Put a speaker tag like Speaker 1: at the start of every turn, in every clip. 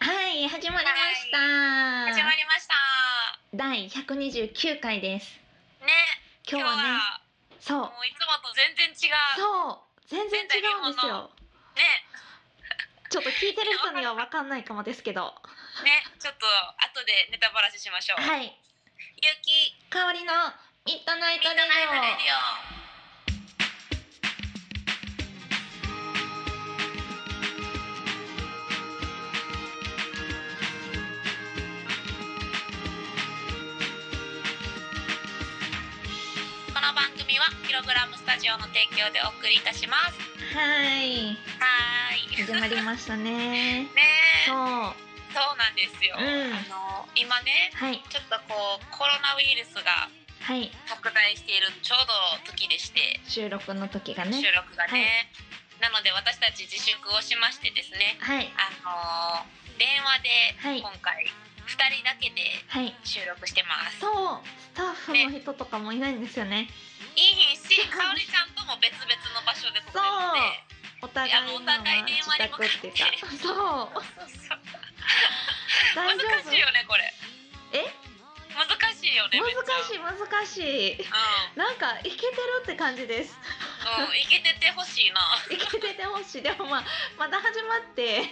Speaker 1: 始まりました、
Speaker 2: 始まりました。
Speaker 1: 第129回です
Speaker 2: ね、
Speaker 1: 今日はねそう
Speaker 2: もういつもと全然違
Speaker 1: そう
Speaker 2: う。
Speaker 1: 全然違うんですよ
Speaker 2: ね、
Speaker 1: ちょっと聞いてる人には分かんないかもですけど
Speaker 2: ね、ちょっと後でネタバラシしましょう。
Speaker 1: はい
Speaker 2: ゆうき、
Speaker 1: 香りのミッドナイ
Speaker 2: ミッ
Speaker 1: ト
Speaker 2: ド
Speaker 1: レ
Speaker 2: ナイトレ
Speaker 1: デ
Speaker 2: ディオ。この番組はキログラムスタジオの提供でお送りいたします。
Speaker 1: オはい
Speaker 2: はーい。
Speaker 1: 始まりましたね
Speaker 2: ねえ
Speaker 1: そう
Speaker 2: そう
Speaker 1: は
Speaker 2: なんですよ、
Speaker 1: うん
Speaker 2: あの今ね
Speaker 1: い
Speaker 2: ちょっとこうコロナウイルスが
Speaker 1: はい
Speaker 2: 拡大しているちょうど時でして、
Speaker 1: 収録の時が
Speaker 2: 収
Speaker 1: ね
Speaker 2: 録がね、なので私たち自粛をしましてですね
Speaker 1: はい
Speaker 2: あのー電話
Speaker 1: はい
Speaker 2: で今回2人だけで
Speaker 1: はい
Speaker 2: 収録してます、
Speaker 1: そうスタッフの人とかもいないんですよね
Speaker 2: い、いしかおりちゃんとも別々の場所で撮ってるので
Speaker 1: お互いの
Speaker 2: いやもうお互い電
Speaker 1: 自
Speaker 2: 話に向
Speaker 1: 宅
Speaker 2: かっ
Speaker 1: って
Speaker 2: て
Speaker 1: いうかそう
Speaker 2: そうそう
Speaker 1: 大
Speaker 2: 難
Speaker 1: 丈夫
Speaker 2: しいよねこれ
Speaker 1: え
Speaker 2: 難しいよね
Speaker 1: 難
Speaker 2: めっちゃ
Speaker 1: しい難しいなんかイケてるって感じです
Speaker 2: うん、うん、いけててほしいな
Speaker 1: イケててほしいでもまあまだ始まって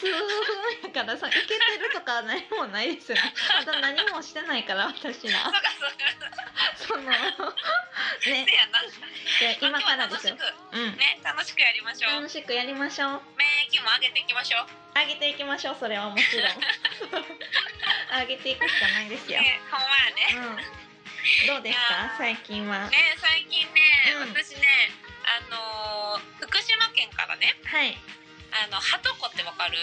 Speaker 1: 数分やからさイケてるとかは何もないですよねまだ何もしてないから私
Speaker 2: そうかそうか
Speaker 1: らそ のね
Speaker 2: せやな。
Speaker 1: で今からですよ
Speaker 2: 今日は楽しく
Speaker 1: うん
Speaker 2: ね楽しくやりましょう。
Speaker 1: 楽しくやりましょう
Speaker 2: 免疫も上げていきましょう。
Speaker 1: 上げていきましょうそれは もちろん上げていくしかないですよ
Speaker 2: ねほんまやね。
Speaker 1: うんどうです
Speaker 2: いや
Speaker 1: か
Speaker 2: ー
Speaker 1: 最近は
Speaker 2: ね最近
Speaker 1: う
Speaker 2: ね
Speaker 1: ん
Speaker 2: 私ねあのー福島県からね
Speaker 1: はい
Speaker 2: あのハトコってわかる？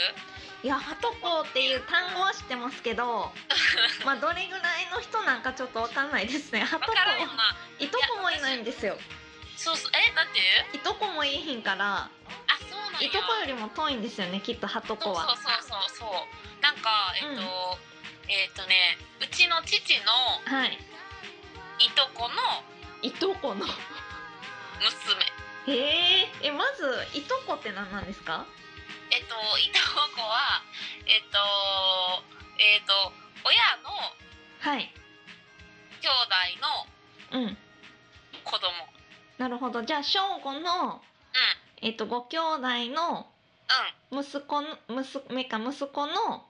Speaker 1: いやハトコっていう単語は知ってますけ どまあどれぐらいの人なんかちょっとわかんないですねハ
Speaker 2: わ
Speaker 1: トコ
Speaker 2: からんよな。
Speaker 1: いとこもいないんですよ
Speaker 2: そうそうえだって？
Speaker 1: いとこもいいひんから
Speaker 2: あそうなんや。
Speaker 1: いとこよりも遠いんですよねきっとハトコは
Speaker 2: そうそうそうそうそう。なんかえっと、えっとねうちの父の
Speaker 1: はい
Speaker 2: いとこの
Speaker 1: いとこの
Speaker 2: 娘。
Speaker 1: へーえまずいとこって何なんですか
Speaker 2: えっと、いとこは、えっと、えっと、親の
Speaker 1: はい
Speaker 2: 兄弟の
Speaker 1: うん
Speaker 2: 子供。
Speaker 1: なるほどじゃあ正午の
Speaker 2: うん、
Speaker 1: えっ、とご兄弟の
Speaker 2: うん、
Speaker 1: 息子の娘か息子の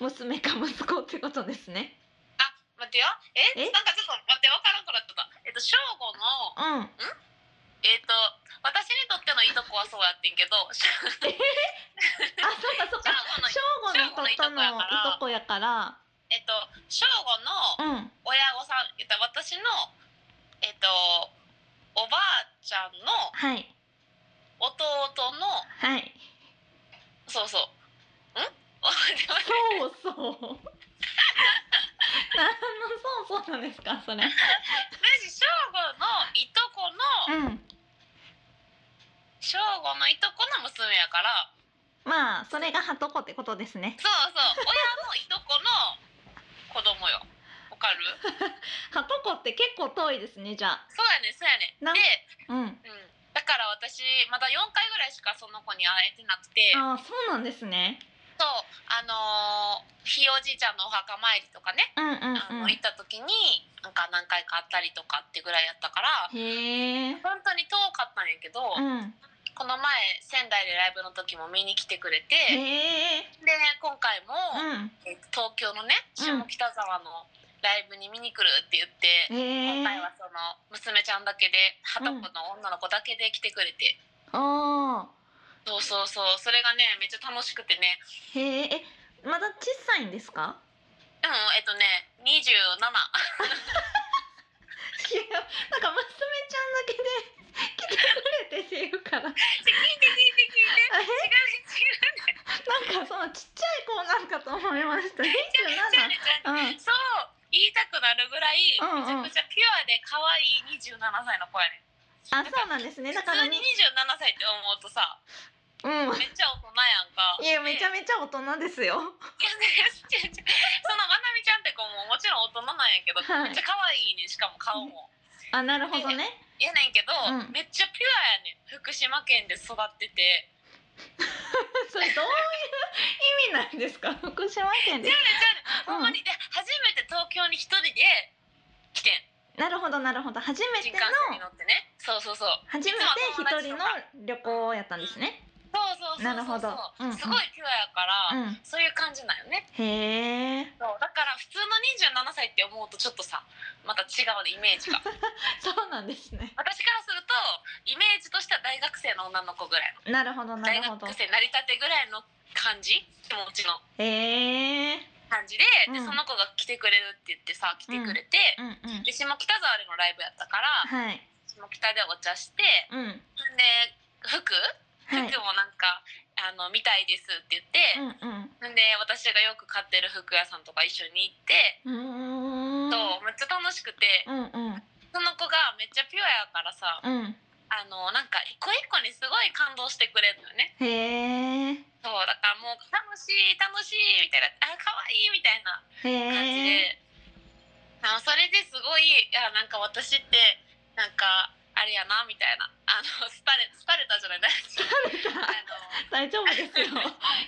Speaker 2: うん。
Speaker 1: 娘か息子ってことですね
Speaker 2: あ、待ってよ。え
Speaker 1: え
Speaker 2: なんかちょっと待って、わからんくなっちゃった。えっと、正午の、
Speaker 1: うん
Speaker 2: えっと、私にとってのいとこはそうやってんけど、 正
Speaker 1: あ、そうかそうか。
Speaker 2: 午の、
Speaker 1: 正午の人とのいとこやから。
Speaker 2: えっと、正午の
Speaker 1: うん。
Speaker 2: 親御さん、言ったら私の、えっと、おばあちゃんの
Speaker 1: はい。
Speaker 2: 弟の、
Speaker 1: はい。
Speaker 2: そうそう。ん 待って待って
Speaker 1: そうそう。何のそうそうなんですか、それ。
Speaker 2: 私正吾のいとこ
Speaker 1: う
Speaker 2: の
Speaker 1: ん。
Speaker 2: 正吾のいとこの娘やから
Speaker 1: まあ、それがはとこってことですね。
Speaker 2: そうそう親のいとこの子供よわかる
Speaker 1: はとこって結構遠いですね、じゃあ。
Speaker 2: そうやねんそうやねん
Speaker 1: な
Speaker 2: で、
Speaker 1: うん。
Speaker 2: うん、だから私まだ4回ぐらいしかその子に会えてなくてそ
Speaker 1: あ、そう
Speaker 2: う
Speaker 1: なんですね。
Speaker 2: あのーひいおじいちゃんのお墓参りとかね、
Speaker 1: うんうんうん
Speaker 2: あの行。った時になんか何回か会ったりとかってぐらいやったから
Speaker 1: へえ。
Speaker 2: 本当に遠かったんやけど、
Speaker 1: うん。
Speaker 2: この前仙台でライブの時も見に来てくれて、
Speaker 1: へえ。
Speaker 2: で今回も、
Speaker 1: うん。
Speaker 2: えー東京のね下北沢のライブに見に来るって言って、
Speaker 1: へ
Speaker 2: 今
Speaker 1: え。
Speaker 2: 回はその娘ちゃんだけではたこの女の子だけで来てくれて、
Speaker 1: おー
Speaker 2: そうそうそうそれがねめっちゃ楽しくてね
Speaker 1: へえ。えまだ小さいんですか。
Speaker 2: うんえっとね27
Speaker 1: いやなんか娘ちゃんだけで来てくれてって言うからなんか
Speaker 2: 聞いて聞いて違
Speaker 1: そのちっちゃい子なんかと思いました27
Speaker 2: う違
Speaker 1: うん
Speaker 2: う違うねちゃんそう言いたくなるぐらい
Speaker 1: うんうん
Speaker 2: めちゃくちゃピュアで可愛い27歳の子やね
Speaker 1: あそうなんですねだ
Speaker 2: 普
Speaker 1: から
Speaker 2: 通
Speaker 1: に
Speaker 2: に27歳って思うとさ
Speaker 1: うん
Speaker 2: めっちゃ大人やんか
Speaker 1: いやめちゃ
Speaker 2: ね
Speaker 1: めちゃ大人ですよ
Speaker 2: いやね違う違うそのまなみちゃんって子ももちろん大人なんやけど、
Speaker 1: はい
Speaker 2: めっちゃ可愛いねしかも顔も。
Speaker 1: あなるほ どね
Speaker 2: やねんけど、
Speaker 1: うん
Speaker 2: めっちゃピュ アやねん福島県で育ってて
Speaker 1: それどういう意になんですか福島県
Speaker 2: 違うね
Speaker 1: で
Speaker 2: 違
Speaker 1: す
Speaker 2: うねほんまに、で初めて東京に一人で来てん
Speaker 1: なるほどなるほど初めて
Speaker 2: 新
Speaker 1: の
Speaker 2: 幹線に乗ってねそうそうそう
Speaker 1: 初めて一人の旅行やったんですね
Speaker 2: そうそうそうそう
Speaker 1: なるほどうんうん
Speaker 2: すごいピュアやから、
Speaker 1: うん
Speaker 2: そういう感じなんよね
Speaker 1: へえ
Speaker 2: そうだから普通の27歳って思うとちょっとさまた違うねイメージが
Speaker 1: そうなんですね
Speaker 2: 私からするとイメージとしては大学生の女の子ぐらい
Speaker 1: なるほどな
Speaker 2: 大
Speaker 1: る
Speaker 2: 学
Speaker 1: ほど
Speaker 2: 生成り立てぐらいの感じ気持ちの
Speaker 1: へえ
Speaker 2: 感じで,、で
Speaker 1: うん
Speaker 2: その子が来てくれるって言ってさ来てくれて、
Speaker 1: うんうん
Speaker 2: で下北沢でのライブやったから
Speaker 1: はい
Speaker 2: 下北でお茶して
Speaker 1: うん
Speaker 2: んで服服
Speaker 1: はい
Speaker 2: もなんか、あの見たいですって言って、
Speaker 1: うんうん
Speaker 2: んで私がよく買ってる服屋さんとか一緒に行って、
Speaker 1: うーん
Speaker 2: そうめっちゃ楽しくて、
Speaker 1: うんうん
Speaker 2: その子がめっちゃピュアやからさ
Speaker 1: うん
Speaker 2: あのなんか一個一個にすごい感動してくれるのよね
Speaker 1: へえ
Speaker 2: そうだからもう楽しい楽しいみたいなあ可愛いみたいな感じ
Speaker 1: へえ
Speaker 2: で、あそれですごいいやなんか私ってなんかあれやなみたいなあの廃れ廃れたじゃないですか あの
Speaker 1: 大丈夫です よ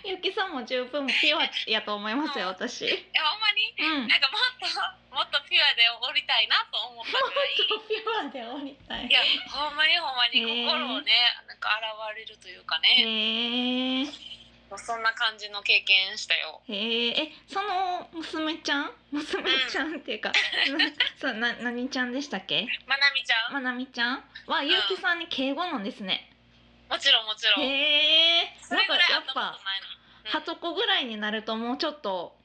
Speaker 1: ゆきさんも十分ピュアやと思いますよ私うん
Speaker 2: いやほんまになんかもっともっとピュアで降りたいなと思ったぐらい。
Speaker 1: ピュアで降りたい
Speaker 2: いや、ほんまにほんま に
Speaker 1: へー
Speaker 2: 心をね、なんか現れるというかね、
Speaker 1: へえ
Speaker 2: そんな感じの経験したよ。
Speaker 1: へええその娘ちゃん娘ちゃんっていうか、なそうな何ちゃんでしたっけ
Speaker 2: まなみちゃん、
Speaker 1: まなみちゃんはゆうきさんに敬語なんですね、
Speaker 2: もちろんもちろん。
Speaker 1: へえ
Speaker 2: そ
Speaker 1: なん
Speaker 2: れぐ
Speaker 1: から
Speaker 2: い
Speaker 1: や
Speaker 2: あ
Speaker 1: っ
Speaker 2: ったこと
Speaker 1: ぱ
Speaker 2: ないの。うん
Speaker 1: はとこぐらいになるともうちょっと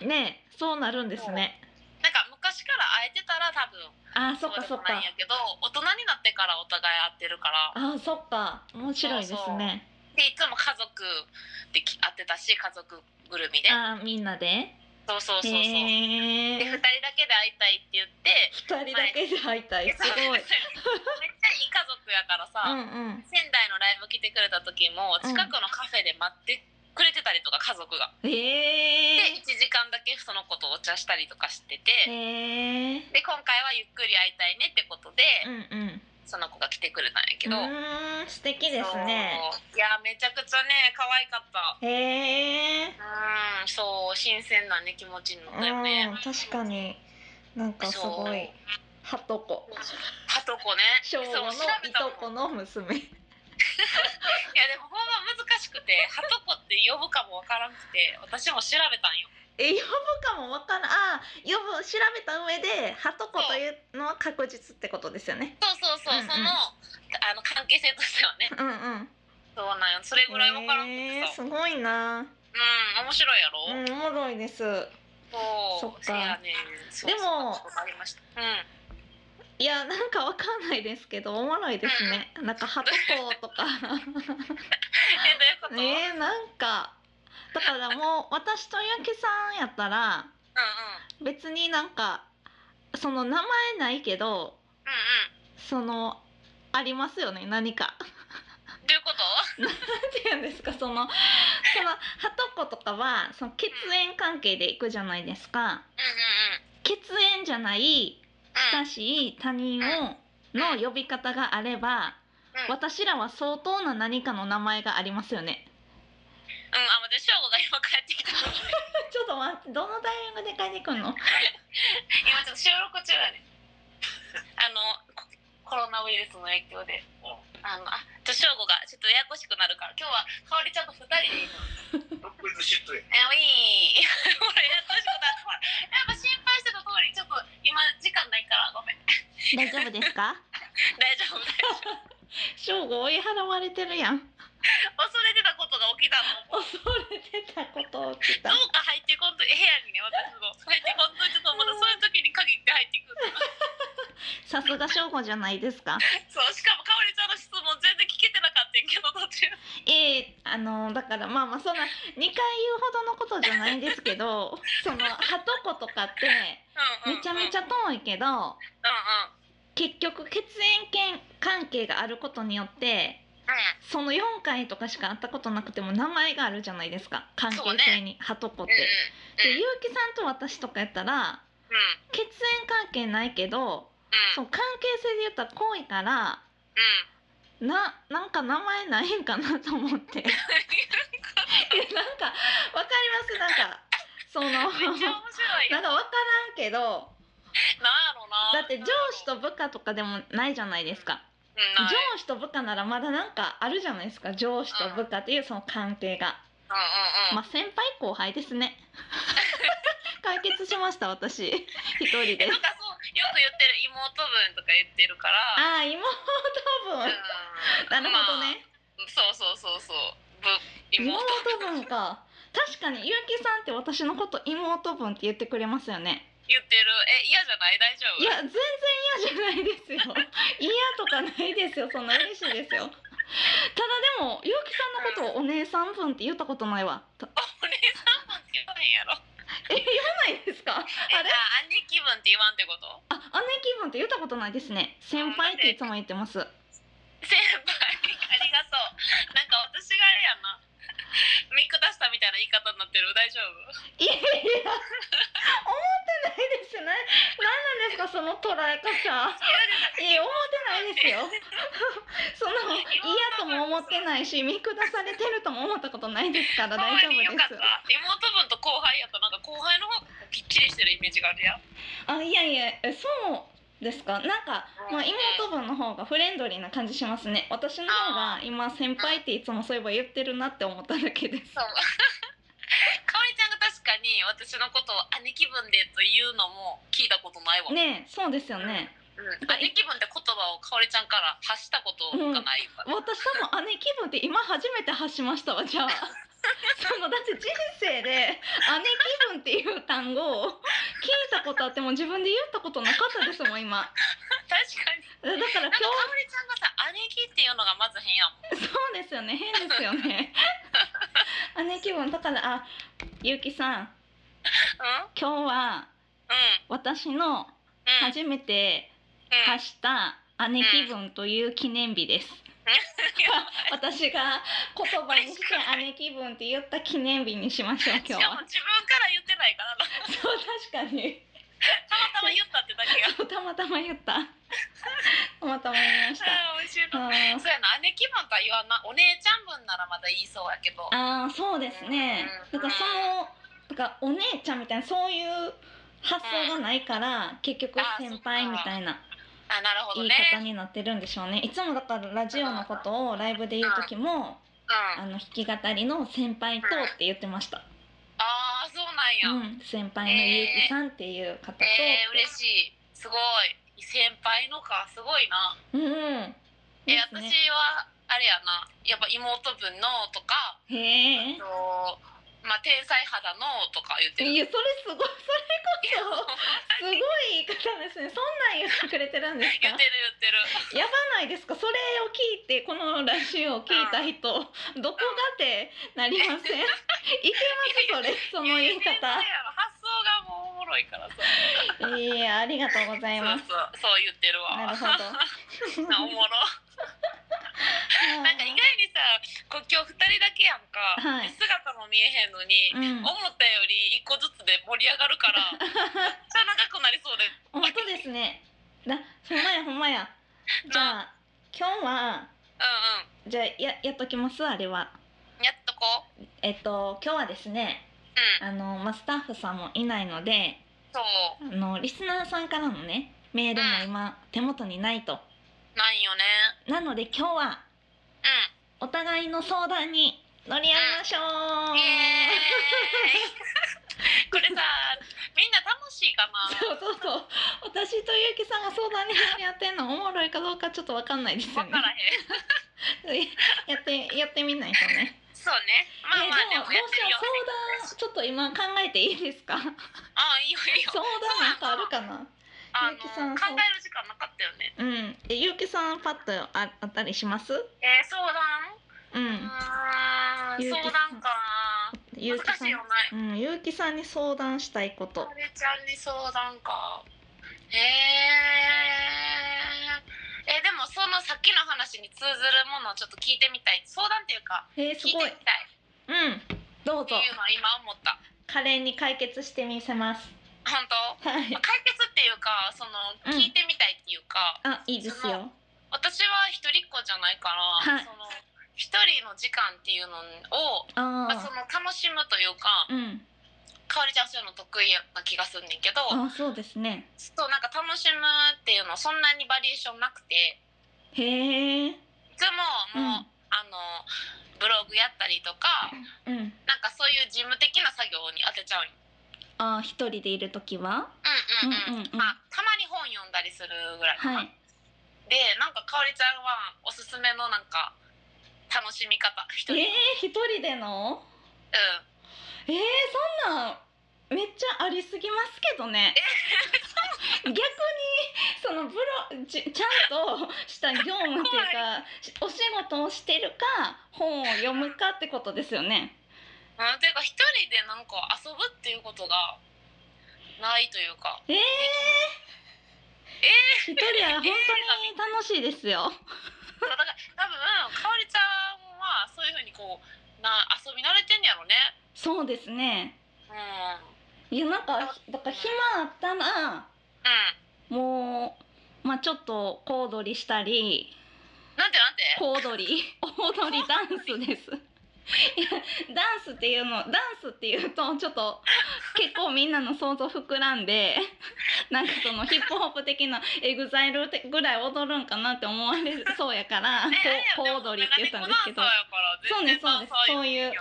Speaker 2: うん、
Speaker 1: ねそうなるんですね
Speaker 2: なんか昔から会えてたら多分
Speaker 1: あーそっ
Speaker 2: そう
Speaker 1: か
Speaker 2: で
Speaker 1: そっ
Speaker 2: もないん
Speaker 1: か
Speaker 2: やけど、大人になってからお互い会ってるから、
Speaker 1: あーそっか面白いですね
Speaker 2: でいつも家族でき会ってたし、家族ぐるみで。
Speaker 1: あーみんなで
Speaker 2: そうそうそうそう。で
Speaker 1: へえ
Speaker 2: 二人だけで会いたいって言って、
Speaker 1: 二人だけで会いたいすご
Speaker 2: め
Speaker 1: い
Speaker 2: っちゃいい家族やからさ。
Speaker 1: うんうん
Speaker 2: 仙台のライブ来てくれた時も
Speaker 1: うん
Speaker 2: 近くのカフェで待ってくれてたりとか家族が。
Speaker 1: へ
Speaker 2: で1時間だけその子とお茶したりとかして
Speaker 1: え
Speaker 2: て
Speaker 1: へえ
Speaker 2: で今回はゆっくり会いたいねってことで
Speaker 1: うんうん
Speaker 2: その子が来てくれたんやけ
Speaker 1: う
Speaker 2: ど。
Speaker 1: ーん素敵ですね
Speaker 2: そういやめちゃくちゃね可愛かった。
Speaker 1: へえ
Speaker 2: うんそう新鮮なね気持ちになったよね
Speaker 1: うん。確かになんかすごいはとこ
Speaker 2: はとこね。
Speaker 1: 昭
Speaker 2: そう
Speaker 1: 和のい
Speaker 2: 調べた
Speaker 1: と
Speaker 2: も
Speaker 1: こ
Speaker 2: ん。い
Speaker 1: の娘
Speaker 2: やでもほんま難しくてはとこって呼ぶかもわからなくて私も調べたんよ。
Speaker 1: え呼ぶかもわからんあー呼ぶ調べた上ではとこというのは確実ってことですよね
Speaker 2: そうそ
Speaker 1: う
Speaker 2: うそう、
Speaker 1: んうん
Speaker 2: そのあの関係性としてはね
Speaker 1: うんうん
Speaker 2: そうなんよそれぐらい分からんく
Speaker 1: え
Speaker 2: て
Speaker 1: ー
Speaker 2: さ、
Speaker 1: すごいな
Speaker 2: うん面白いやろ、
Speaker 1: うんおもろいです
Speaker 2: そう
Speaker 1: そっか
Speaker 2: せやねんそう
Speaker 1: でも
Speaker 2: そうありましたうん
Speaker 1: いやなんかわかんないですけどおもろいですねなんかはとこと か
Speaker 2: えどういうこと、
Speaker 1: えー、なんかだからもう私とゆきさんやったら
Speaker 2: うん
Speaker 1: 別になんかその名前ないけど
Speaker 2: うんうん
Speaker 1: そのありますよね何か。
Speaker 2: うんどういうこと
Speaker 1: っていうんですかそのそのはとことかはその血縁関係でいくじゃないですか
Speaker 2: うんうんうん
Speaker 1: 血縁じゃない
Speaker 2: うん
Speaker 1: 親しい他人をの呼び方があれば
Speaker 2: うん、うん、
Speaker 1: 私らは相当な何かの名前がありますよね
Speaker 2: あ待って翔吾が今帰ってきた
Speaker 1: ちょっと待ってどのタイミングで帰ってくるの
Speaker 2: 今ちょっと収録中 やねんあのココロナウイルスの影響であのあちょ翔吾がちょっとややこしくなるから今日は香織ちゃんと二人でいいの
Speaker 3: 独立しとい
Speaker 2: え、ウ ィーン。ほら、やっとしくなった。ほら、やっぱ心配してた通り、ちょっと今時間ないから、ごめん。
Speaker 1: 大丈夫です か
Speaker 2: 大丈夫。
Speaker 1: 正吾追い払われてるやん
Speaker 2: 恐れてたことが起きた の。
Speaker 1: 恐れてたこと起き
Speaker 2: ど
Speaker 1: た
Speaker 2: うか入ってこんと、部屋にね、私も入ってこんと、ちょっとまたそういう時に限って入ってくるから。
Speaker 1: さすが正吾じゃないですか
Speaker 2: そう、しかも、かおりちゃんの質問全然聞けてなかったんやけど、途中。
Speaker 1: ええあのだからまあまあそんな2回言うほどのことじゃないんですけどそのはとことかって
Speaker 2: うん、うん。
Speaker 1: めちゃめち
Speaker 2: ゃ。
Speaker 1: ゃ遠いけど
Speaker 2: うん、うん。
Speaker 1: 結局血縁圏関係があることによって
Speaker 2: う
Speaker 1: その4回とかしか会ったことなくても名前があるじゃないですか関係性に、はとこって。
Speaker 2: ん、
Speaker 1: で結城さんと私とかやったら
Speaker 2: うん、うん、
Speaker 1: 血縁関係ないけど
Speaker 2: う
Speaker 1: そ
Speaker 2: ん、
Speaker 1: の関係性で言ったら濃いから
Speaker 2: うん。
Speaker 1: ななんか名前ないんかなと思って。
Speaker 2: い
Speaker 1: なんかわかりますなんかそのな
Speaker 2: めっちゃ
Speaker 1: ん
Speaker 2: 面白 いよ。
Speaker 1: かわからんけど
Speaker 2: なんやろな。
Speaker 1: だって上司と部下とかでもないじゃないですか
Speaker 2: うんない
Speaker 1: 上司と部下ならまだなんかあるじゃないですか上司と部下っていうその関係が
Speaker 2: うんうんうん。
Speaker 1: まあ先輩後輩です ね解決しました 私一人
Speaker 2: え
Speaker 1: で
Speaker 2: なんかそうよく言ってる妹分とか言ってるから。
Speaker 1: ああ妹分
Speaker 2: うん
Speaker 1: なるほどね、
Speaker 2: まあそうそうそうそう。ぶ妹
Speaker 1: 妹分か確かにゆうきさんって私のこと妹分って言ってくれますよね
Speaker 2: 言ってる。え嫌じゃない大丈夫。
Speaker 1: いや全然嫌じゃないですよ 嫌とかないですよそんな嬉しいですよただでもゆうきさんのことをお姉さん分って言ったことないわた
Speaker 2: お姉さん分って言わへんやろ。
Speaker 1: え言わないですかあ
Speaker 2: え
Speaker 1: れ
Speaker 2: あ兄貴分って言わんってこと？
Speaker 1: あ姉貴分って言ったことないですね先輩っていつも言ってます
Speaker 2: 先輩ありがとう。なんか私があれやな。見下したみたいな言い方になってる。大丈 夫？
Speaker 1: いやいや思ってないですね何なんですかその捉え方いや思ってないですよ その嫌とも思ってないし見下されてるとも思ったことないですから
Speaker 2: 可
Speaker 1: 大
Speaker 2: 愛
Speaker 1: 丈夫
Speaker 2: いよかっ
Speaker 1: で
Speaker 2: た。妹分と後輩やとなんか後輩の方がきっちりしてるイメージがあるやん。
Speaker 1: すあいやいやえそうですかなんか、まあ、妹分の方がフレンドリーな感じしますね私の方が今先輩っていつもそういえば言ってるなって思っただけです
Speaker 2: そう。かおりちゃんが確かに私のことを兄貴分でというのも聞いたことないわ。
Speaker 1: ねえそうですよね
Speaker 2: うん兄貴分って言葉をかおりちゃんから発したことがないから。
Speaker 1: 私多分姉貴分って今初めて発しましたわじゃあそのだって人生で姉貴分っていう単語を聞いたことあっても自分で言ったことなかったですもん今
Speaker 2: 確かに。
Speaker 1: だから
Speaker 2: なんか
Speaker 1: 今
Speaker 2: かおりちゃんがさ兄貴っていうのがまず変やもん。
Speaker 1: 日そうですよね変ですよね姉貴分だからあゆうきさん
Speaker 2: うん
Speaker 1: 今日は
Speaker 2: うん
Speaker 1: 私の
Speaker 2: うん。
Speaker 1: 初めて
Speaker 2: うん
Speaker 1: 発した姉貴分という記念日です、私が言葉にして姉貴分って言った記念日にしましょう
Speaker 2: し
Speaker 1: 今日
Speaker 2: か
Speaker 1: は
Speaker 2: も自分から言ってないからな
Speaker 1: そう確かに
Speaker 2: たまたま言ったって だけや。
Speaker 1: たまたま言ったたまたま言いました
Speaker 2: あー面白い。
Speaker 1: あ
Speaker 2: そうやな姉貴分とは言わんなお姉ちゃん分ならまだ言いそうやけど。
Speaker 1: ーあーそうですねだ
Speaker 2: うん
Speaker 1: からそのだからお姉ちゃんみたいなそういう発想がないから結局
Speaker 2: あー
Speaker 1: 先輩みたいな
Speaker 2: あなるほど
Speaker 1: 言い
Speaker 2: ね。
Speaker 1: 方になってるんでしょうねいつもだからラジオのことをライブで言う時も
Speaker 2: うん。
Speaker 1: あの弾き語りの先輩とって言ってました、
Speaker 2: ああそうなんや。
Speaker 1: うん、先輩のゆうきさんっていう方と、
Speaker 2: えー、嬉しいすごい先輩のかすごいな、
Speaker 1: うんうん
Speaker 2: え
Speaker 1: です
Speaker 2: 私
Speaker 1: ね
Speaker 2: はあれやなやっぱ妹分のとか
Speaker 1: へえ
Speaker 2: あとまあ天才肌のとか言って
Speaker 1: い
Speaker 2: る
Speaker 1: やそれすごいそれこそすごい言い方ですね。そんなん言ってくれてるんです
Speaker 2: 言
Speaker 1: か
Speaker 2: って。る言ってる
Speaker 1: やばないですか。それを聞いてこのラジオを聞いた人、どこがってなり ません。いけますそれその言い
Speaker 2: や
Speaker 1: 方
Speaker 2: 先生。やろ発想がもうおもろいからさ
Speaker 1: いやありがとうござい
Speaker 2: そう
Speaker 1: ます。
Speaker 2: そうそう言ってるわ
Speaker 1: なるほど。
Speaker 2: おもろなんか意外にさこう今日二人だけやんか、
Speaker 1: はい
Speaker 2: 姿も見えへんのに、
Speaker 1: うん
Speaker 2: 思ったより一個ずつで盛り上がるから めっちゃ長くなりそうで
Speaker 1: 本当ですね。だほんまやほんまや。じゃあ今日は
Speaker 2: うんう
Speaker 1: じゃあややっときますあれは。
Speaker 2: んやっとこう
Speaker 1: えっと今日はですね。
Speaker 2: うん
Speaker 1: あのまあスタッフさんもいないので。
Speaker 2: そう
Speaker 1: あのリスナーさんからのねメールも今手元にないと、
Speaker 2: ないよね
Speaker 1: なので今日は
Speaker 2: う
Speaker 1: お互いの相談に乗り合いましょう、
Speaker 2: んイエーイ これさみんな楽しいかな
Speaker 1: そうそうそう私とゆうきさんが相談に乗り合ってんのおもろいかどうかちょっとわかんないですよ
Speaker 2: わ
Speaker 1: ね
Speaker 2: からへん
Speaker 1: やってやってみないとね
Speaker 2: そうねまあまあ
Speaker 1: え
Speaker 2: で
Speaker 1: でも
Speaker 2: もやってるよ
Speaker 1: どうしよう相談ちょっと今考えていいですか
Speaker 2: ああいいよいいよ
Speaker 1: 相談なんかあるかな
Speaker 2: あ
Speaker 1: ゆ
Speaker 2: の
Speaker 1: うきさん
Speaker 2: 考える時間なかったよね
Speaker 1: うんえゆうきさんパッとああったりします
Speaker 2: えー、相談
Speaker 1: う
Speaker 2: うんーん
Speaker 1: ゆうき
Speaker 2: 相
Speaker 1: さん
Speaker 2: 談か
Speaker 1: ゆう
Speaker 2: 難
Speaker 1: きさ
Speaker 2: しいよ
Speaker 1: ん
Speaker 2: ね
Speaker 1: うんゆうきさんに相談したいこと
Speaker 2: あれちゃんに相談かえーえでもそのさっきの話に通ずるものをちょっと聞いてみたい相談っていうか
Speaker 1: えー、す
Speaker 2: 聞い
Speaker 1: ご
Speaker 2: てみ
Speaker 1: い。
Speaker 2: たい
Speaker 1: うん。どう
Speaker 2: って
Speaker 1: ぞ。
Speaker 2: いうのは今思った
Speaker 1: 華麗に解決してみせます。
Speaker 2: 本当
Speaker 1: はい。
Speaker 2: 解決っていうかその
Speaker 1: うん
Speaker 2: 聞いてみたいっていうか、
Speaker 1: あ、いいですよ。
Speaker 2: 私は一人っ子じゃないから、
Speaker 1: はい
Speaker 2: その一一人の時間っていうのを、
Speaker 1: あ
Speaker 2: まあ、そ
Speaker 1: あ
Speaker 2: の楽しむというか
Speaker 1: うん
Speaker 2: かおりちゃんそういうの得意な気がすんねんけど
Speaker 1: あそうですね
Speaker 2: そうなんか楽しむっていうのそんなにバリエーションなくて
Speaker 1: へえ
Speaker 2: いつ
Speaker 1: う
Speaker 2: ももう、
Speaker 1: ん
Speaker 2: あのブログやったりとか
Speaker 1: うん
Speaker 2: なんかそういう事務的な作業に当てちゃうんよ
Speaker 1: ああ一人でいる時は
Speaker 2: うんうんうん、
Speaker 1: うんうんうん
Speaker 2: まあ、たまに本読んだりするぐらいかな、
Speaker 1: はい
Speaker 2: でなんかかおりちゃんはおすすめのなんか楽しみ方一
Speaker 1: えー
Speaker 2: 人、、
Speaker 1: 一人での
Speaker 2: うん
Speaker 1: えー、そんなんめっちゃありすぎますけどね 逆にそのブロちちゃんとした業 務っていうかしお仕事をしてるか本を読むかってことですよね
Speaker 2: うん、ていうか一人でなんか遊ぶっていうことがないというか
Speaker 1: えー、一人は本当に楽しいですよ
Speaker 2: そうだから多分かおりちゃんはそういうふうにこうな遊び慣れてんやろね
Speaker 1: そうですね
Speaker 2: うん
Speaker 1: いやなんかだから暇あったら
Speaker 2: うん
Speaker 1: もうまあちょっと小躍りしたり
Speaker 2: なんてなんて
Speaker 1: 小踊り大踊りダンスですいやダンスっていうのダンスっていうとちょっと結構みんなの想像膨らんでなんかそのヒップホップ的なエグザイルぐらい踊るんかなって思われそうやからこう小踊りって言ったんですけどそうですそうですそういう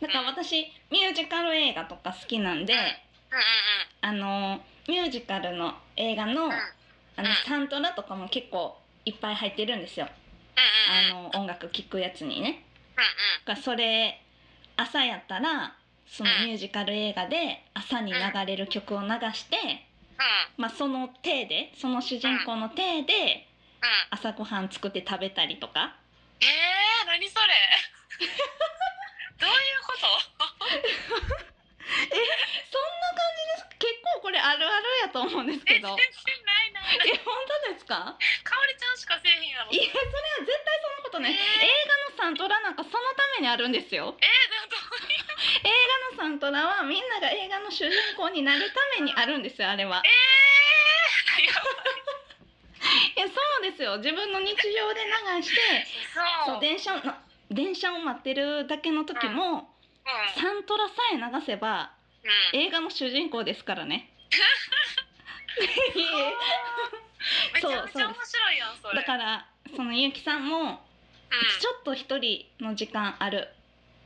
Speaker 1: だから私ミュージカル映画とか好きなんで
Speaker 2: うんうんうん
Speaker 1: あのミュージカルの映画の
Speaker 2: ん
Speaker 1: あのサントラとかも結構いっぱい入ってるんですよあ
Speaker 2: うんうんうんうんうん
Speaker 1: の音楽聴くやつにね。がそれ朝やったらその
Speaker 2: うん
Speaker 1: ミュージカル映画で朝に流れる曲を流して、まあ、その体でその主人公の体で
Speaker 2: うん
Speaker 1: 朝ごはん作って食べたりとか
Speaker 2: えー、何それ どういうこと
Speaker 1: そんな感じです結構これあるあるやと思うんです
Speaker 2: え
Speaker 1: け
Speaker 2: 全然
Speaker 1: ど
Speaker 2: な
Speaker 1: え
Speaker 2: いなか
Speaker 1: 本当ですか
Speaker 2: おりちゃんしかせえへんやろ
Speaker 1: いやそれは絶対そんなことない映画のサントラなんかそのためにあるんですよ
Speaker 2: えー、でもど
Speaker 1: 映
Speaker 2: う
Speaker 1: 画のサントラはみんなが映画の主人公になるためにあるんですよあれは
Speaker 2: えー、い
Speaker 1: いや
Speaker 2: や
Speaker 1: そうですよ自分の日常で流してそ
Speaker 2: そ
Speaker 1: うう電車の電車を待ってるだけの時も、
Speaker 2: うん
Speaker 1: サントラさえ流せば
Speaker 2: うん
Speaker 1: 映画の主人公ですから ね。いえい
Speaker 2: めちゃめちゃ面白いやんそ
Speaker 1: え
Speaker 2: れ
Speaker 1: だからそのゆうきさんも、
Speaker 2: うん
Speaker 1: ちょっと一人の時間ある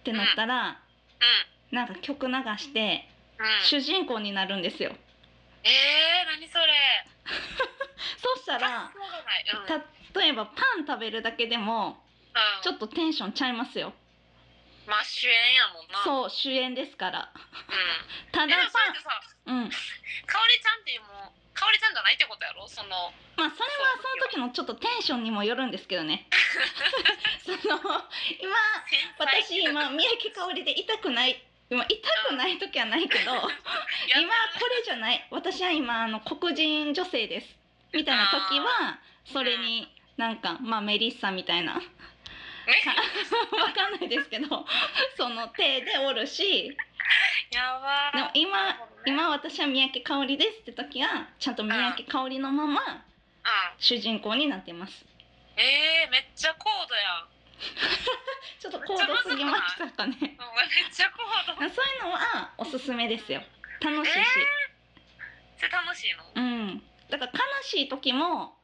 Speaker 1: ってなったら、なんか曲流して
Speaker 2: うんうん
Speaker 1: 主人公になるんですよ。
Speaker 2: えー、何それ
Speaker 1: そうしたら
Speaker 2: 発想がないうんうん
Speaker 1: 例えばパン食べるだけでもちょっとテンションちゃいますよ。
Speaker 2: まあ主演やもんなう、
Speaker 1: そう主演ですから。
Speaker 2: ん、え
Speaker 1: た
Speaker 2: で
Speaker 1: だ
Speaker 2: もそれってさ
Speaker 1: パンうん。
Speaker 2: かおりちゃんっていうもうかおりちゃんじゃないってことやろその
Speaker 1: まあそれはその時のちょっとテンションにもよるんですけど ね。その今
Speaker 2: 天才
Speaker 1: 私今三宅香織で痛くない今痛くない時はないけど
Speaker 2: や
Speaker 1: 今これじゃない私は今あの黒人女性ですみたいな時はそれになんかまあメリッサみたいなわかんないですけどその手でおるし
Speaker 2: やば
Speaker 1: でも
Speaker 2: い
Speaker 1: 今
Speaker 2: なるほどね
Speaker 1: 今私は三宅香織ですって時はちゃんと三宅香織のまま
Speaker 2: う
Speaker 1: 主人公になってます。
Speaker 2: んえー、めっちゃ高度やん、
Speaker 1: ちょっと高度すぎましたかね。
Speaker 2: うん、めっちゃ高度
Speaker 1: そういうのはおすすめですよ。楽しいし、
Speaker 2: それ楽しいのうん
Speaker 1: うん。だから悲しい時も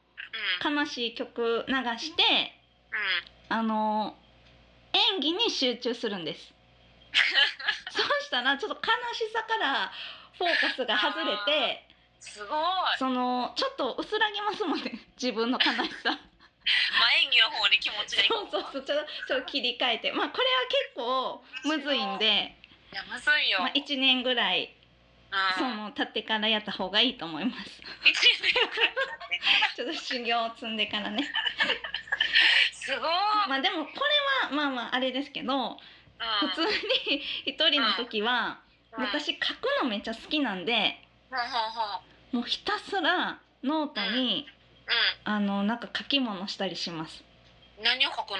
Speaker 2: う
Speaker 1: 悲しい曲流して、
Speaker 2: ん
Speaker 1: あの演技に集中するん です。そうしたらちょっと悲しさからフォーカスが外れて、
Speaker 2: すごい、まあ、
Speaker 1: そのちょっと薄らぎますもんね。自分の悲しさ。
Speaker 2: 演技の方に気持ちがいく
Speaker 1: そうそうそう。ちょっとちょっと切り替えて、まあこれは結構むずいんで、
Speaker 2: いやむずいよ、
Speaker 1: まあ一年ぐらいそ
Speaker 2: うん、
Speaker 1: の立ってからやった方がいいと思います。
Speaker 2: 一年
Speaker 1: ちょっと修行を積んでからね。
Speaker 2: すごい、
Speaker 1: まあでもこれはまあまああれですけど、
Speaker 2: うん、
Speaker 1: 普通に一人の時は
Speaker 2: うん、
Speaker 1: 私書くのめっちゃ好きなんで、
Speaker 2: ほうほうほう
Speaker 1: もうひたすらノートに
Speaker 2: う
Speaker 1: あのなんか書き物したりします。
Speaker 2: ん何を書くの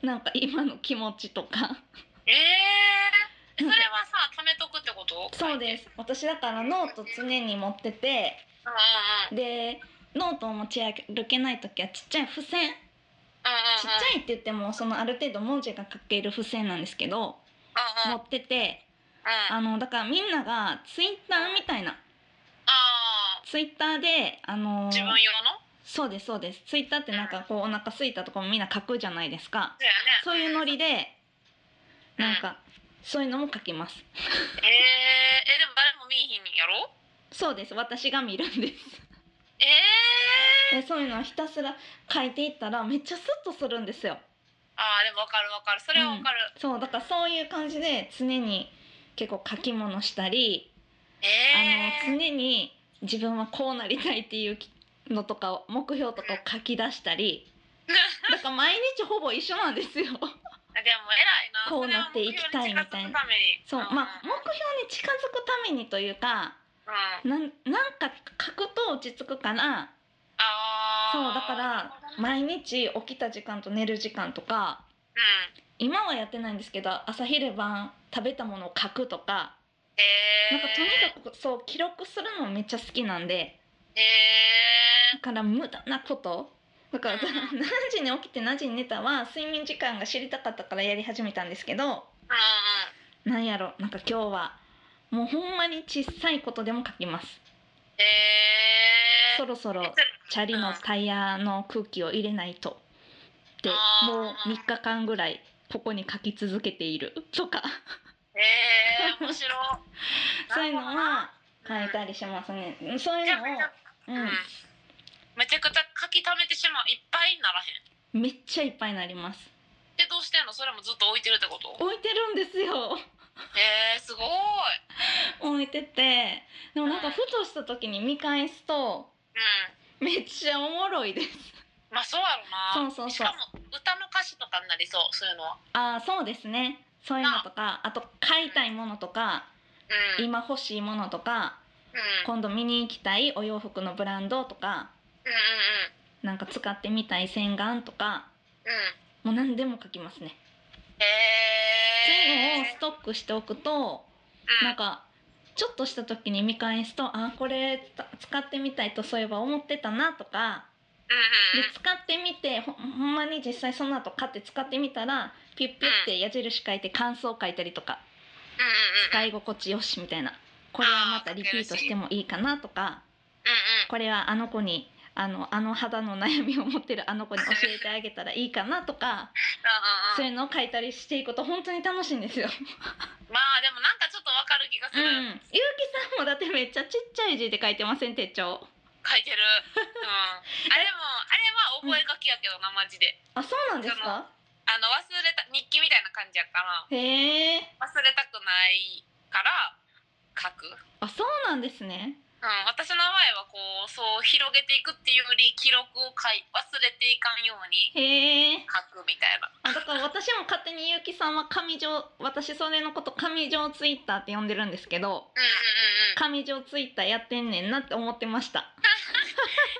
Speaker 1: なんか今の気持ちとか。
Speaker 2: ええ
Speaker 1: な
Speaker 2: そ
Speaker 1: ん
Speaker 2: れ
Speaker 1: か
Speaker 2: はさ貯めとくってこと
Speaker 1: そうです。私だからノート常に持ってて、
Speaker 2: うんうんうん
Speaker 1: でノートを持ち歩けない時はちっちゃい付箋ちっちゃいって言ってもそのある程度文字が書ける付箋なんですけど
Speaker 2: うんうん
Speaker 1: 持ってて
Speaker 2: うん
Speaker 1: あのだからみんながツイッターみたいな
Speaker 2: あ
Speaker 1: ツイッターであの
Speaker 2: ー自分用の
Speaker 1: そうですそうですツイッターってなんかこうお腹空いたとかもみんな書くじゃないですか
Speaker 2: そうやね
Speaker 1: そういうノリで
Speaker 2: うん
Speaker 1: なんかそういうのも書きます
Speaker 2: えー、えでも誰も見いひんやろ
Speaker 1: そうです私が見るん です
Speaker 2: えー、
Speaker 1: でそういうのをひたすら書いていったらめっちゃスッとするんですよ
Speaker 2: あーでもわかるわかるそれはわかる、
Speaker 1: そうだからそういう感じで常に結構書き物したりあ
Speaker 2: えー、
Speaker 1: の常に自分はこうなりたいっていうのとかを目標とかを書き出した りだから毎日ほぼ一緒なんですよ
Speaker 2: でも偉いな
Speaker 1: こうなっていきたいみたいなそうまあ目標に近づくためにというか
Speaker 2: あ、うん、
Speaker 1: なんなんか書くと落ち着くから
Speaker 2: あー
Speaker 1: そうだから
Speaker 2: うん、
Speaker 1: 毎日起きた時間と寝る時間とか今はやってないんですけど朝昼晩食べたものを書くとか
Speaker 2: えー、
Speaker 1: なんかとにかくそう記録するのめっちゃ好きなんで
Speaker 2: え
Speaker 1: だから無駄なことだから
Speaker 2: うん
Speaker 1: 何時に起きて何時に寝たは睡眠時間が知りたかったからやり始めたんですけど
Speaker 2: ー、うんうん
Speaker 1: なんやろなんか今日はもうほんまに小さいことでも書きます
Speaker 2: えー、
Speaker 1: そろそろチャリのタイヤの空気を入れないとで
Speaker 2: あー
Speaker 1: もう3日間ぐらいここに書き続けているとか
Speaker 2: えー、面白い
Speaker 1: そういうのは書い
Speaker 2: い
Speaker 1: たりしますねうんそういう
Speaker 2: じゃ
Speaker 1: の
Speaker 2: あめちゃ,、う
Speaker 1: を
Speaker 2: ん、めちゃくちゃ書き溜めてしまういっぱいにならへん
Speaker 1: うんめっちゃいっぱいになります
Speaker 2: でどうしてんのそれもずっと置いてるってこと
Speaker 1: 置いてるんですよ
Speaker 2: えー、すごい、う
Speaker 1: 置いててでもなんかふとした時に見返すと
Speaker 2: ん、
Speaker 1: めっちゃおもろいです
Speaker 2: まあそうやろな
Speaker 1: そうそうそう
Speaker 2: しかも歌の歌詞とかになりそうそういうのは
Speaker 1: ああそうですねそういうのとかあと買いたいものとか
Speaker 2: うん、うん、
Speaker 1: 今欲しいものとか
Speaker 2: うんうん
Speaker 1: 今度見に行きたいお洋服のブランドとか
Speaker 2: う
Speaker 1: なんか使ってみたい洗顔とか
Speaker 2: んう
Speaker 1: も
Speaker 2: ん
Speaker 1: う何でも書きますねそういうのを
Speaker 2: えー
Speaker 1: ストックしておくと
Speaker 2: うん
Speaker 1: なんかちょっとした時に見返すとあーこれ使使ってみたいとそういえば思ってたなとか
Speaker 2: う
Speaker 1: で
Speaker 2: んうんうん
Speaker 1: 使ってみてほほんまに実際その後買って使ってみたらピュッピュッて矢印書いて感想書いたりとか
Speaker 2: うん
Speaker 1: 使い心地よしみたいなこれはまたリピートしてもいいかなとかこれはあの子にあのあの肌の悩みを持ってるあの子に教えてあげたらいいかなとかそう
Speaker 2: うんうんう
Speaker 1: いうの
Speaker 2: んうんうんうん
Speaker 1: を書いたりしていくと本当に楽しいんですよ。
Speaker 2: まあでもなんかちょっとわかる気がす
Speaker 1: うん、
Speaker 2: る、
Speaker 1: ゆうきさんもだってめっちゃちっちゃい字で書いてません手帳。
Speaker 2: 書いてる、うん、あれもあれは覚え書きやけどなマジで
Speaker 1: あそうなんですか
Speaker 2: あの忘れた日記みたいな感じやから
Speaker 1: へえ
Speaker 2: 忘れたくないから書く、うん、
Speaker 1: あそうなんですね。
Speaker 2: 私の場合はこうそう広げていくっていうより記録を書い忘れていかんように
Speaker 1: へえ
Speaker 2: 書くみたいな
Speaker 1: あだから私も勝手に結城さんは上条私それのこと上条ツイッターって呼んでるんですけど
Speaker 2: うんうんうん
Speaker 1: 上条ツイッターやってんねんなって思ってました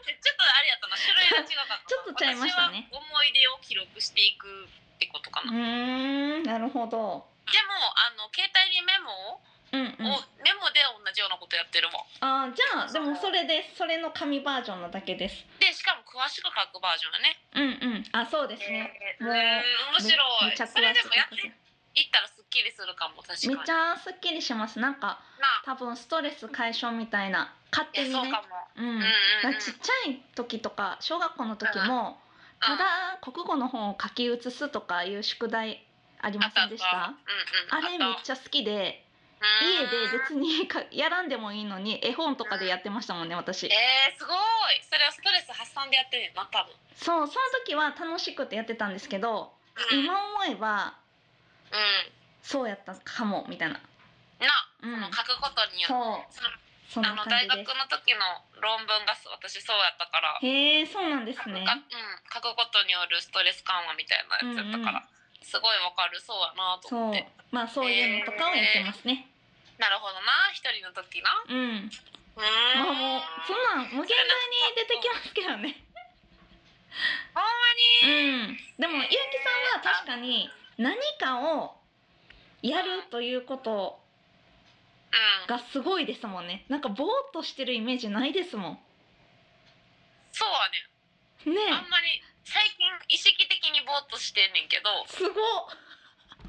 Speaker 2: で ちょっとあれやったな種類が違かったな
Speaker 1: ちょっとちゃいましたね
Speaker 2: 私は思い出を記録していくってことか
Speaker 1: う
Speaker 2: な、でも
Speaker 1: ーんなるほど
Speaker 2: あの携帯にメモ
Speaker 1: うんうん
Speaker 2: を、
Speaker 1: あ
Speaker 2: メモで同じようなことやってるもん
Speaker 1: ーじゃあでもそれでそれの紙バージョンなだけです
Speaker 2: でしかも詳しく書くバージョンやね
Speaker 1: うんうんあそうですね
Speaker 2: えー
Speaker 1: もう
Speaker 2: うん面白
Speaker 1: め
Speaker 2: い
Speaker 1: めちゃ
Speaker 2: それ
Speaker 1: 詳
Speaker 2: で
Speaker 1: し
Speaker 2: もやって
Speaker 1: く
Speaker 2: いったらすっきりするかも確か
Speaker 1: め
Speaker 2: に
Speaker 1: っちゃすっきりしますなんか
Speaker 2: なあ
Speaker 1: 多分ストレス解消みたいな勝
Speaker 2: いや
Speaker 1: 手にね
Speaker 2: そうかも、
Speaker 1: うん
Speaker 2: うん
Speaker 1: だ
Speaker 2: うんう
Speaker 1: か
Speaker 2: ん
Speaker 1: らちっちゃい時とか小学校の時も、ただ国語の本を書き写すとかいう宿題ありませんでしたあ
Speaker 2: うん
Speaker 1: れ
Speaker 2: うん
Speaker 1: めっちゃ好きで
Speaker 2: あ
Speaker 1: 家
Speaker 2: った
Speaker 1: で別
Speaker 2: うん
Speaker 1: にかやらんでもいいのに絵本とかでやってましたもんね私
Speaker 2: えー、すごいそれはストレス発散でやってるよな多分
Speaker 1: そうその時は楽しくてやってたんですけど
Speaker 2: うん、うん、
Speaker 1: 今思えばそうやったかもみたいな
Speaker 2: なあ、
Speaker 1: うん
Speaker 2: その書くことによって
Speaker 1: そう
Speaker 2: その
Speaker 1: そん
Speaker 2: あ
Speaker 1: な
Speaker 2: の
Speaker 1: 感
Speaker 2: 大
Speaker 1: じ
Speaker 2: 学
Speaker 1: で
Speaker 2: の時の論文が私そうやったから
Speaker 1: すへえそうなんです
Speaker 2: 書く,、
Speaker 1: ね
Speaker 2: うん、書くことによるストレス緩和みたいなやつやったから、
Speaker 1: うん
Speaker 2: すごいわかるそうやなと
Speaker 1: そ
Speaker 2: 思
Speaker 1: う
Speaker 2: って
Speaker 1: まあそういうのとかをやってますね
Speaker 2: なるほどな一人の時な
Speaker 1: うん
Speaker 2: う
Speaker 1: ま
Speaker 2: ーん
Speaker 1: あもうそんなん無限大に出てきますけどね
Speaker 2: ほん
Speaker 1: う
Speaker 2: まに、
Speaker 1: ん、でもゆうきさんは確かに何かをやるということ
Speaker 2: うん、
Speaker 1: がすごいですもんねなんかぼーっとしてるイメージないですもん
Speaker 2: そうはね、
Speaker 1: ね
Speaker 2: あんまり、最近意識的にぼーっとしてんねんけど
Speaker 1: すごっ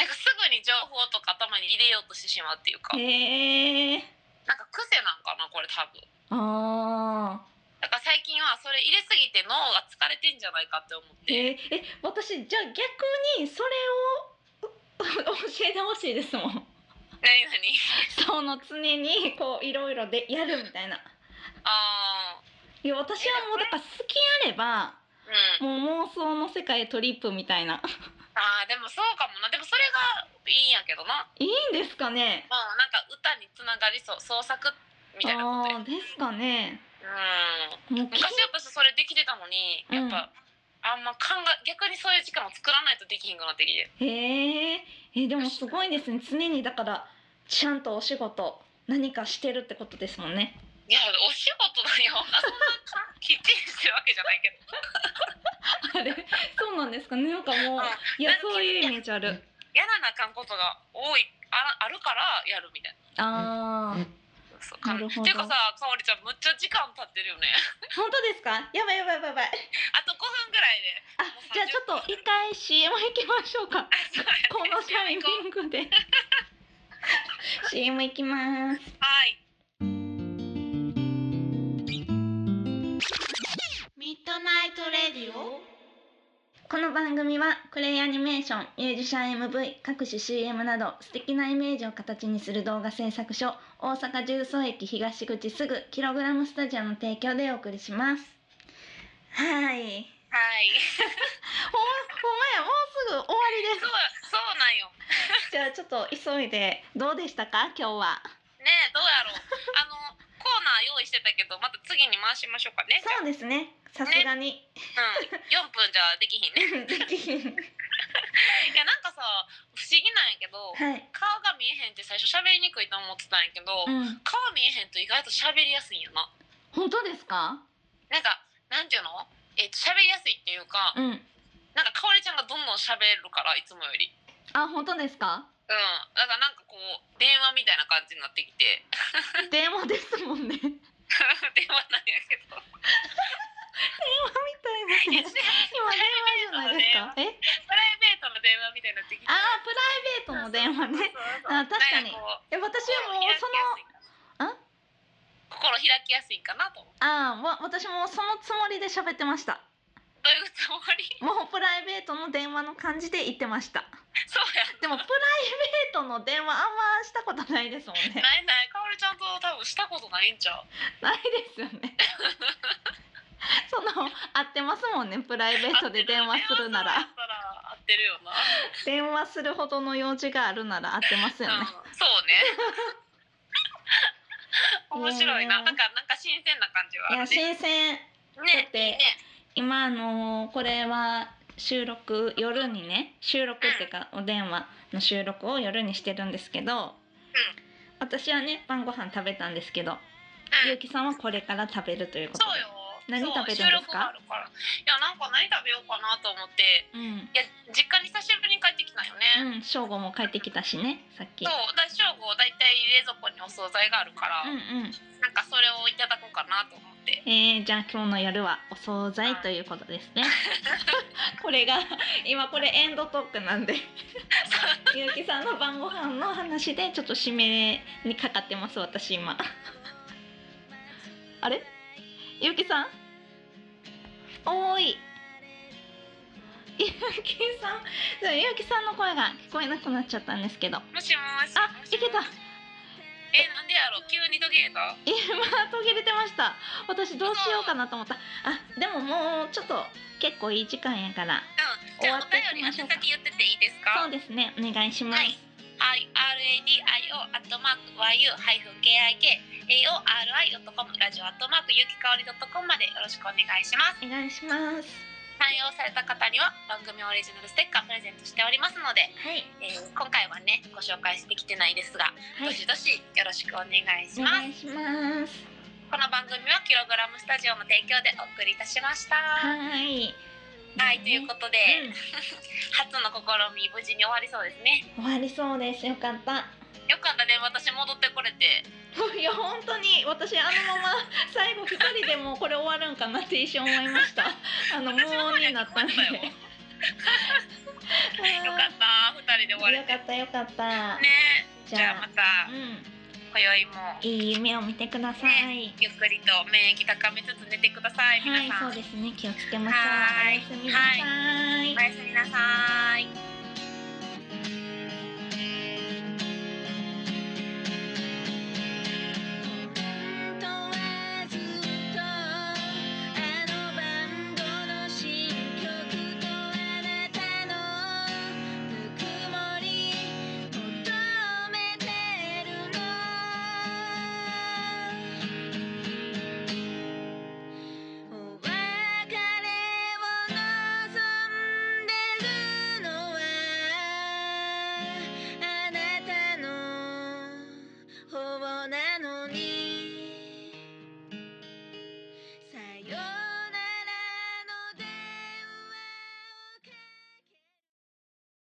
Speaker 2: なんかすぐに情報とか頭に入れようとしてしまうっていうか
Speaker 1: へえ
Speaker 2: なんか癖なんかなこれ多分
Speaker 1: あ
Speaker 2: だから最近はそれ入れすぎて脳が疲れてんじゃないかって思っ
Speaker 1: ー
Speaker 2: て、
Speaker 1: ええ私じゃあ逆にそれをう 教えてほしいですもん
Speaker 2: 何何
Speaker 1: その常にこういろいろでやるみたいな
Speaker 2: ああ
Speaker 1: いや私はもうだから好きあれば
Speaker 2: うん
Speaker 1: もう妄想の世界へトリップみたいな
Speaker 2: あーでもそうかもなでもそれがいいんやけどない
Speaker 1: いんですかね
Speaker 2: まあなんか歌につながりそう創作みたいなことで
Speaker 1: あーですかね
Speaker 2: うん
Speaker 1: もうき
Speaker 2: 昔やっぱそれできてたのにやっぱ、あんま考え逆にそういう時間を作らないとできひんくなってきて
Speaker 1: へええでもすごいですね常にだからちゃんとお仕事何かしてるってことですもんね
Speaker 2: いやお仕事だよあそんなきっちりしてるわけじゃないけど
Speaker 1: あれそうなんですかねなんかも
Speaker 2: うん
Speaker 1: ういや
Speaker 2: なんか
Speaker 1: そういうイメージある
Speaker 2: やらなあかんことが多いあらあるからやるみたいな。
Speaker 1: あー
Speaker 2: そうか
Speaker 1: なるほど
Speaker 2: ていうかさかおりちゃんむっちゃ時間経ってるよね
Speaker 1: 本当ですかやばいやばいやばいやばい
Speaker 2: あと5分ぐらいで
Speaker 1: あじゃあちょっと一回 CM 行きましょうか
Speaker 2: あそうやね
Speaker 1: このタイミングで CM 行きます
Speaker 2: はい
Speaker 1: ミッドナイトレディオこの番組はクレイアニメーションミュージシャン MV 各種 CM など素敵なイメージを形にする動画制作所大阪十三駅東口すぐキログラムスタジオの提供でお送りしますはい
Speaker 2: は
Speaker 1: ほんほん
Speaker 2: い
Speaker 1: まやもうすぐ終わり
Speaker 2: そうそうなんよ
Speaker 1: です じゃあちょっと急いでどうでしたか今日は
Speaker 2: ねえどう やろうあのコーナー用意してたけどまた次に回しましょうかね
Speaker 1: そうですねさすが に、
Speaker 2: うん4分じゃでき ひんね
Speaker 1: できひん
Speaker 2: いやなんかさ不思議なんやけど
Speaker 1: はい、
Speaker 2: 顔が見えへんって最初喋りにくいと思ってたんやけど、
Speaker 1: うん、
Speaker 2: 顔見えへんと意外と喋りやすいんやな
Speaker 1: 本当ですか
Speaker 2: なんかなんていうのえっと喋りやすいっていうか、
Speaker 1: うん
Speaker 2: なんかかおりちゃんがどんどん喋るからいつもより
Speaker 1: あ本当ですか
Speaker 2: うんだからなんかこう電話みたいな感じになってきて
Speaker 1: 電話ですもんね。電話み
Speaker 2: 電話なんやけど
Speaker 1: たいな。今電話じゃないですか。え？
Speaker 2: プライベートの電話みたいになってきて
Speaker 1: あープライベートの電話ね。あ確かに
Speaker 2: なんこう
Speaker 1: え私はもうその
Speaker 2: の心開きやすいんかなと思う
Speaker 1: あーわ私もそのつもりで喋ってました。
Speaker 2: どういうつもり
Speaker 1: もうプライベートの電話の感じで言ってました。
Speaker 2: そうや
Speaker 1: でもプライベートの電話あんましたことないですもん ね。
Speaker 2: ないないかおりちゃんと多分したことないんちゃう
Speaker 1: ないですよね。その合ってますもんねプライベートで電話するなら
Speaker 2: 合ってるよな、
Speaker 1: 電話するほどの用事があるなら合ってます
Speaker 2: う
Speaker 1: よね
Speaker 2: ん、そうね面 白いな、
Speaker 1: いやいや
Speaker 2: なんかなんか新鮮な感じはいあ
Speaker 1: や
Speaker 2: るね
Speaker 1: 新鮮だ
Speaker 2: ね
Speaker 1: って
Speaker 2: いいね
Speaker 1: 今あのーこれは収録夜にね収録っていうかお電話の収録を夜にしてるんですけど、私はね晩ご飯食べたんですけど、ゆう
Speaker 2: うん
Speaker 1: きさんはこれから食べるということで
Speaker 2: そうよ
Speaker 1: 何
Speaker 2: そ
Speaker 1: 食
Speaker 2: う
Speaker 1: べるんですか
Speaker 2: 収録があるからいやなんか何食べようかなと思っていや実家に久しぶりに帰ってきたよ
Speaker 1: う
Speaker 2: ね、
Speaker 1: んうん正午も帰ってきたしねさっき
Speaker 2: そう大正午大体冷蔵庫にお惣菜があるから、
Speaker 1: うんうん
Speaker 2: なんかそれをいただこうかなと思って
Speaker 1: えー、じゃあ今日の夜はお惣菜ということですね これが今これエンドトークなんでゆうきさんの晩ご飯の話でちょっと締めにかかってます私今あれゆうきさんおーいゆうきさんじゃあゆうきさんの声が聞こえなくなっちゃったんですけどあ
Speaker 2: もしもし
Speaker 1: いけた
Speaker 2: えなんでやろう急に途切れた
Speaker 1: 今途切れてました私どうしようかなと思ったあでももうちょっと結構いい時間やから
Speaker 2: うんじゃあお
Speaker 1: 終わっていき
Speaker 2: 便り
Speaker 1: ま
Speaker 2: 宛
Speaker 1: しょうか
Speaker 2: 先言ってていいです
Speaker 1: そ
Speaker 2: か
Speaker 1: うですねお願いします、
Speaker 2: はい i r a d i o アットマーク y u ハイフン k i k a o r i ドットコムラジオアットマークゆきかおりドットコムまでよろしくお願いします
Speaker 1: お願いします
Speaker 2: 採用された方には番組オリジナルステッカープレゼントしておりますので、
Speaker 1: はい
Speaker 2: えー今回はねご紹介してきてないです
Speaker 1: は
Speaker 2: が、
Speaker 1: い
Speaker 2: どしどしよろしくお願い
Speaker 1: お
Speaker 2: します
Speaker 1: 願いします
Speaker 2: この番組はキログラムスタジオの提供でお送りいたしましたは
Speaker 1: はい
Speaker 2: いということ
Speaker 1: うん
Speaker 2: で、初の試み無事に終わりそうですね
Speaker 1: 終わりそうですよかった
Speaker 2: よかったね私戻ってこれて
Speaker 1: いや本当に私あのま ま最後一人でもうこれ終わるんかなって一瞬思いま したあの無
Speaker 2: 私の方
Speaker 1: 音
Speaker 2: に
Speaker 1: に
Speaker 2: は
Speaker 1: な
Speaker 2: 聞
Speaker 1: っ
Speaker 2: こ
Speaker 1: たん
Speaker 2: え
Speaker 1: で
Speaker 2: てたよよかった二人で終わ
Speaker 1: あー
Speaker 2: れ
Speaker 1: よ
Speaker 2: て
Speaker 1: かったよかった、
Speaker 2: ね
Speaker 1: じ
Speaker 2: じゃあ
Speaker 1: ゃ
Speaker 2: ま
Speaker 1: あ
Speaker 2: た
Speaker 1: うん
Speaker 2: 今宵も
Speaker 1: いい夢を見てください、
Speaker 2: ゆっくりと免疫高めつつ寝てください
Speaker 1: は
Speaker 2: 皆
Speaker 1: い
Speaker 2: さん、
Speaker 1: そうですね気をつけましょう
Speaker 2: は
Speaker 1: お
Speaker 2: ーい
Speaker 1: やすみなさい
Speaker 2: バイバ